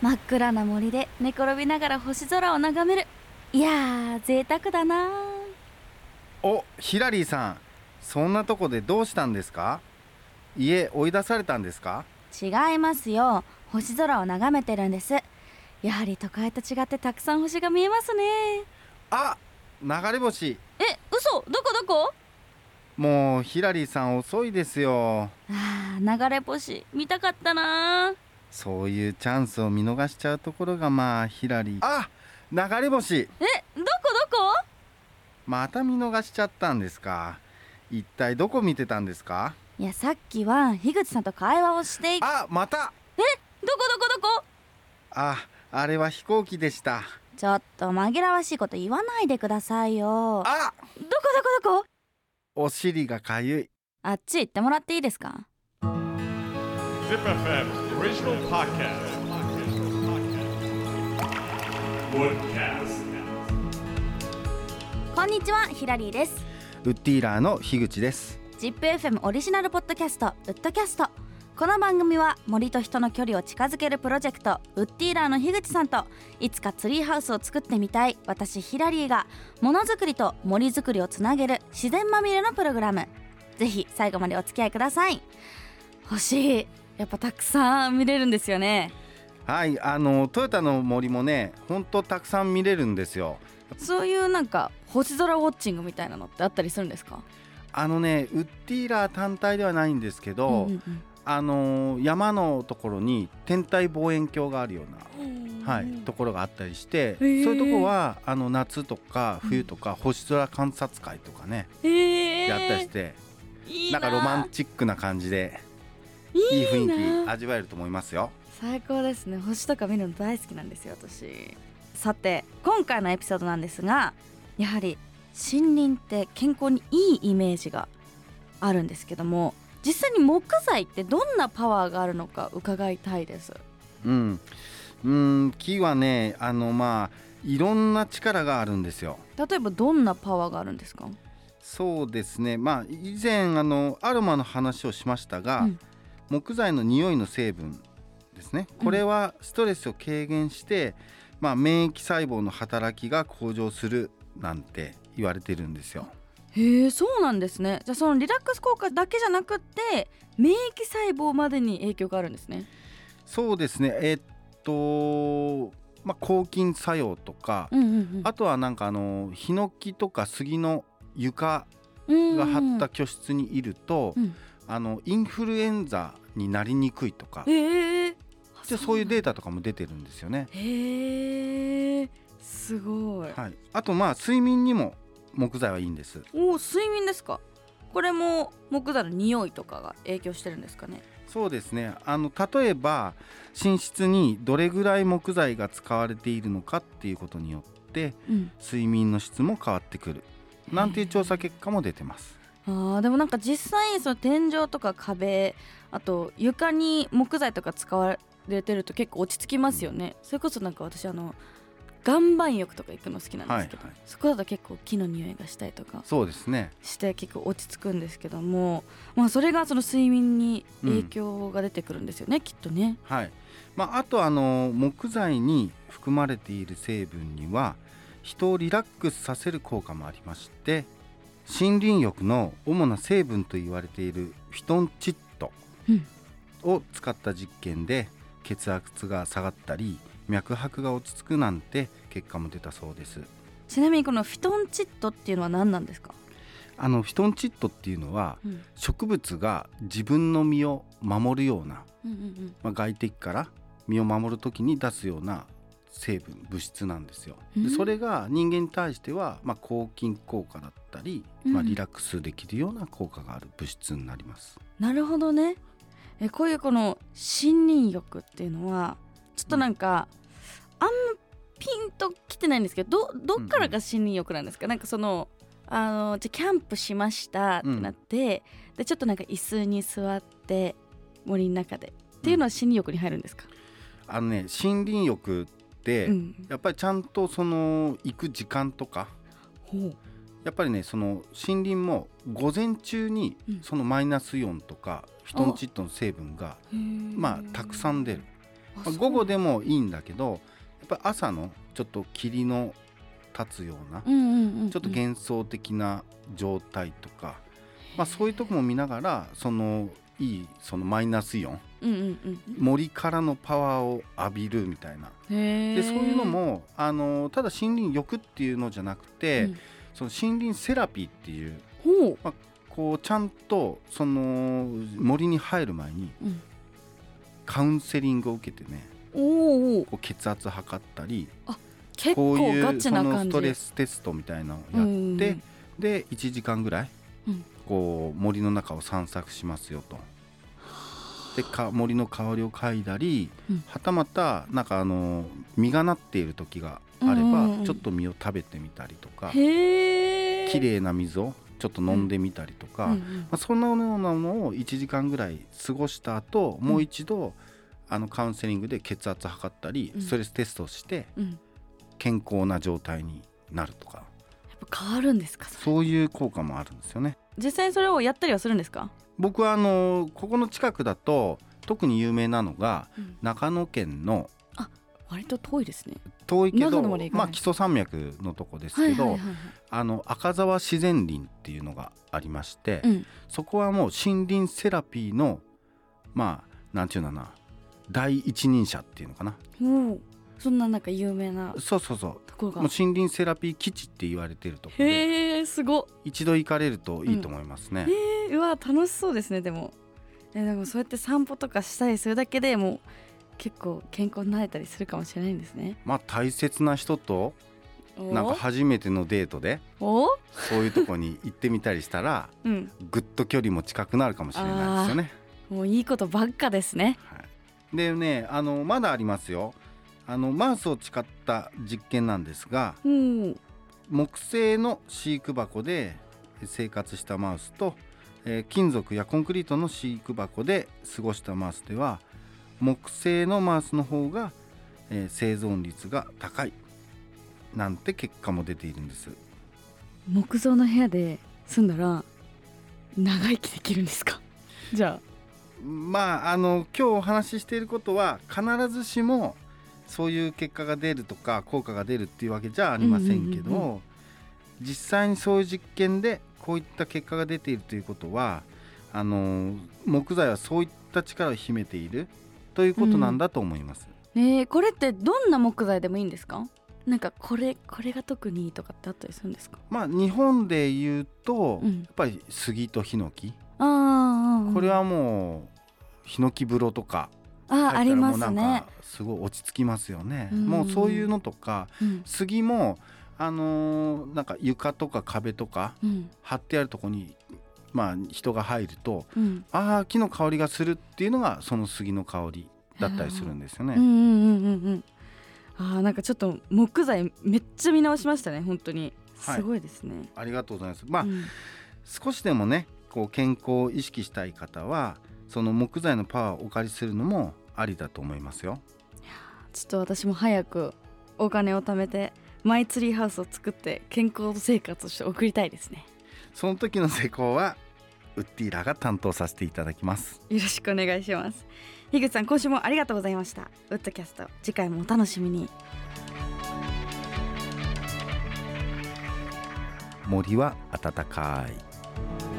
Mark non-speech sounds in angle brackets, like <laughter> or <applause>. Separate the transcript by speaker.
Speaker 1: 真っ暗な森で寝転びながら星空を眺めるいやー贅沢だな
Speaker 2: おヒラリーさんそんなとこでどうしたんですか家追い出されたんですか
Speaker 1: 違いますよ星空を眺めてるんですやはり都会と違ってたくさん星が見えますね
Speaker 2: あ流れ星
Speaker 1: え嘘どこどこ
Speaker 2: もうヒラリーさん遅いですよ
Speaker 1: あー流れ星見たかったな
Speaker 2: そういうチャンスを見逃しちゃうところがまあヒラリーあ流れ星
Speaker 1: えどこどこ
Speaker 2: また見逃しちゃったんですか一体どこ見てたんですか
Speaker 1: いやさっきは樋口さんと会話をしていどこ
Speaker 2: あまた
Speaker 1: どこどこ
Speaker 2: ああれは飛行機でした
Speaker 1: ちょっと紛らわしいこと言わないでくださいよ
Speaker 2: あ
Speaker 1: どこどこどこ
Speaker 2: お尻がかゆい
Speaker 1: あっち行ってもらっていいですか
Speaker 3: Zip FM original podcast. Woodcast.
Speaker 1: こんにちはヒラリーです
Speaker 2: ウッディーラーの樋口です
Speaker 1: ZIPFM オリジナルポッドキャストウッドキャストこの番組は森と人の距離を近づけるプロジェクトウッディーラーの樋口さんといつかツリーハウスを作ってみたい私ヒラリーがものづくりと森づくりをつなげる自然まみれのプログラムぜひ最後までお付き合いください欲しいやっぱたくさん見れるんですよね
Speaker 2: はいあのトヨタの森もねほんとたくさん見れるんですよ
Speaker 1: そういうなんか星空ウォッチングみたいなのってあったりするんですか
Speaker 2: あのねウッディーラー単体ではないんですけど、
Speaker 1: うんうん
Speaker 2: あの山のところに天体望遠鏡があるような
Speaker 1: うん
Speaker 2: はい、ところがあったりして、
Speaker 1: ー
Speaker 2: そういうとこはあの夏とか冬とか星空観察会とかね、
Speaker 1: へー
Speaker 2: やったりして
Speaker 1: いい
Speaker 2: な
Speaker 1: なん
Speaker 2: かロマンチックな感じでいい雰囲気味わえると思いますよ。
Speaker 1: 最高ですね星とか見るの大好きなんですよ私さて今回のエピソードなんですがやはり森林って健康にいいイメージがあるんですけども実際に木材ってどんなパワーがあるのか伺いたいです
Speaker 2: うん、うん木はねあのまあいろんな力があるんですよ。
Speaker 1: 例えばどんなパワーがあるんですか
Speaker 2: そうですねまあ以前あのアロマの話をしましたが、
Speaker 1: うん
Speaker 2: 木材の匂いの成分ですねこれはストレスを軽減して、まあ、免疫細胞の働きが向上するなんて言われてるんですよ。
Speaker 1: へえそうなんですねじゃあそのリラックス効果だけじゃなくって免疫細胞までに影響があるんですね
Speaker 2: そうですねえっと、まあ、抗菌作用とか、
Speaker 1: うんうん
Speaker 2: あとはなんかあのヒノキとか杉の床
Speaker 1: うん
Speaker 2: が張った居室にいると、
Speaker 1: うん
Speaker 2: あのインフルエンザになりにくいとか
Speaker 1: へえ
Speaker 2: じゃあそういう
Speaker 1: で
Speaker 2: データとかも出てるんですよね。
Speaker 1: へえすごい、
Speaker 2: はい、あとまあ睡眠にも木材はいいんです。
Speaker 1: おお睡眠ですかこれも木材の匂いとかが影響してるんですかね
Speaker 2: そうですねあの例えば寝室にどれぐらい木材が使われているのかっていうことによって
Speaker 1: うん
Speaker 2: 睡眠の質も変わってくるなんていう調査結果も出てます。
Speaker 1: あーでもなんか実際その天井とか壁あと床に木材とか使われてると結構落ち着きますよね、それこそなんか私あの岩盤浴とか行くの好きなんですけど、
Speaker 2: はいはい
Speaker 1: そこだと結構木の匂いがしたりとか
Speaker 2: そうですね
Speaker 1: して結構落ち着くんですけども、まあ、それがその睡眠に影響が出てくるんですよね、きっとね。
Speaker 2: はい、まあ、あとあの木材に含まれている成分には人をリラックスさせる効果もありまして森林浴の主な成分と言われているフィトンチッド
Speaker 1: うん
Speaker 2: を使った実験で血圧が下がったり脈拍が落ち着くなんて結果も出たそうです。
Speaker 1: ちなみにこのフィトンチッドっていうのは何なんですか、
Speaker 2: あのフィトンチッドっていうのは
Speaker 1: うん
Speaker 2: 植物が自分の身を守るような
Speaker 1: うんうん
Speaker 2: まあ、外敵から身を守る時に出すような成分物質なんですよ。
Speaker 1: う
Speaker 2: で
Speaker 1: ん
Speaker 2: それが人間に対しては、まあ、抗菌効果だったり、まあ、
Speaker 1: うん
Speaker 2: リラックスできるような効果がある物質になります。
Speaker 1: なるほどねえこういうこの森林浴っていうのはちょっとなんか、あんまピンときてないんですけどどどっからが森林浴なんですか、なんかそのあのじゃあキャンプしましたってなって、でちょっとなんか椅子に座って森の中でっていうのは森林浴に入るんですか、
Speaker 2: あのね森林浴って、
Speaker 1: うん
Speaker 2: やっぱりちゃんとその行く時間とか
Speaker 1: ほう
Speaker 2: やっぱりねその森林も午前中に
Speaker 1: うん
Speaker 2: そのマイナスイオンとかフィトンチッドの成分が、まあたくさん出る。
Speaker 1: あ
Speaker 2: まあ午後でもいいんだけどやっぱり朝のちょっと霧の立つような、
Speaker 1: うんうんうんうん
Speaker 2: ちょっと幻想的な状態とか、まあ、そういうとこも見ながらそのいいそのマイナスイオン
Speaker 1: うんうん
Speaker 2: 森からのパワーを浴びるみたいな
Speaker 1: うんへー
Speaker 2: でそういうのもあのただ森林浴っていうのじゃなくて、
Speaker 1: うん
Speaker 2: その森林セラピーっていう
Speaker 1: ほう
Speaker 2: こうちゃんとその森に入る前に
Speaker 1: うん
Speaker 2: カウンセリングを受けてね
Speaker 1: おうおう
Speaker 2: こう血圧測ったり
Speaker 1: 結
Speaker 2: こうい
Speaker 1: 構ガ
Speaker 2: う
Speaker 1: チ
Speaker 2: そ
Speaker 1: な
Speaker 2: の
Speaker 1: 感
Speaker 2: ス
Speaker 1: じ
Speaker 2: トレステストみたいなのを
Speaker 1: う
Speaker 2: やっ
Speaker 1: ん
Speaker 2: てで1時間ぐらい、
Speaker 1: うん
Speaker 2: こう森の中を散策しますよと。でか森の香りを嗅いだり、
Speaker 1: うん
Speaker 2: はたまたなんかあの実がなっている時があれば、
Speaker 1: うんうんうん
Speaker 2: ちょっと実を食べてみたりとか
Speaker 1: へえ
Speaker 2: 綺麗な水をちょっと飲んでみたりとか、
Speaker 1: うんう
Speaker 2: ま
Speaker 1: ん
Speaker 2: あ、そんなようなのを1時間ぐらい過ごした後もう一度、あのカウンセリングで血圧測ったり、
Speaker 1: うん
Speaker 2: ストレステストして
Speaker 1: うんや
Speaker 2: 健康な状態になるとか
Speaker 1: っぱ変わるんですかそれ
Speaker 2: そういう効果もあるんですよね。
Speaker 1: 実際にそれをやったりはするんですか
Speaker 2: 僕はあのここの近くだと特に有名なのが
Speaker 1: うん
Speaker 2: 中野県の
Speaker 1: 割と遠いですね
Speaker 2: 遠いけ
Speaker 1: 長
Speaker 2: ど
Speaker 1: 野まで行か
Speaker 2: ま
Speaker 1: ない
Speaker 2: あ基礎山脈のとこですけど、
Speaker 1: い
Speaker 2: あの赤沢自然林っていうのがありまして、
Speaker 1: うん
Speaker 2: そこはもう森林セラピーのまあなんていうのかな第一人者っていうのかな
Speaker 1: おうそんななんか有名な
Speaker 2: そうそうそう
Speaker 1: ところ
Speaker 2: もう
Speaker 1: が
Speaker 2: 森林セラピー基地って言われてるところで
Speaker 1: へえすごっ
Speaker 2: 一度行かれるといいと思いますね、
Speaker 1: えーうわ楽しそうですねでもえでもそうやって散歩とかしたりするだけでもう結構健康になれたりするかもしれないんですね
Speaker 2: まあ大切な人と
Speaker 1: お
Speaker 2: なんか初めてのデートで
Speaker 1: お
Speaker 2: そういうとこに行ってみたりしたら
Speaker 1: うん
Speaker 2: ぐっと距離も近くなるかもしれないですよね。
Speaker 1: もういいことばっかですね
Speaker 2: はい、でねあのまだありますよあのマウスを使った実験なんですが
Speaker 1: うん
Speaker 2: 木製の飼育箱で生活したマウスと、えー金属やコンクリートの飼育箱で過ごしたマウスでは木製のマウスの方が、えー生存率が高いなんて結果も出ているんです。
Speaker 1: 木造の部屋で住んだら長生きできるんですか <laughs> じゃ
Speaker 2: まああの今日お話ししていることは必ずしもそういう結果が出るとか効果が出るっていうわけじゃありませんけど、
Speaker 1: うんうんう
Speaker 2: 実際にそういう実験でこういった結果が出ているということはあの木材はそういった力を秘めているということなんだと思います。
Speaker 1: あねえこれってどんな木材でもいいんですかなんかこれこれが特にいいとかってあったりするんですか
Speaker 2: まあ日本でいうと、
Speaker 1: うん
Speaker 2: やっぱり杉とヒノキ、
Speaker 1: あーあー
Speaker 2: これはもうヒノキ風呂とか
Speaker 1: あーあ
Speaker 2: 入
Speaker 1: り
Speaker 2: ったら
Speaker 1: ま
Speaker 2: もう
Speaker 1: す
Speaker 2: なん
Speaker 1: ね
Speaker 2: かすごい落ち着きますよね。
Speaker 1: うん
Speaker 2: もうそういうのとか
Speaker 1: うん
Speaker 2: 杉もあのーなんか床とか壁とか
Speaker 1: うん
Speaker 2: 貼ってあるとこにまあ人が入ると
Speaker 1: うん
Speaker 2: ああ木の香りがするっていうのがその杉の香りだったりするんですよ
Speaker 1: うん
Speaker 2: ね。
Speaker 1: うんうんうんうん。ああなんかちょっと木材めっちゃ見直しましたね本当に。
Speaker 2: はい
Speaker 1: すごいですね。
Speaker 2: ありがとうございます。まあ、
Speaker 1: うん
Speaker 2: 少しでもねこう健康を意識したい方はその木材のパワーをお借りするのもありだと思いますよ。
Speaker 1: ちょっと私も早くお金を貯めてマイツリーハウスを作って健康生活をして送りたいですね。
Speaker 2: その時の施工はウッディーラが担当させていただきます。
Speaker 1: よろしくお願いします。樋口さん今週もありがとうございました。ウッドキャスト次回もお楽しみに。
Speaker 2: 森は暖かい。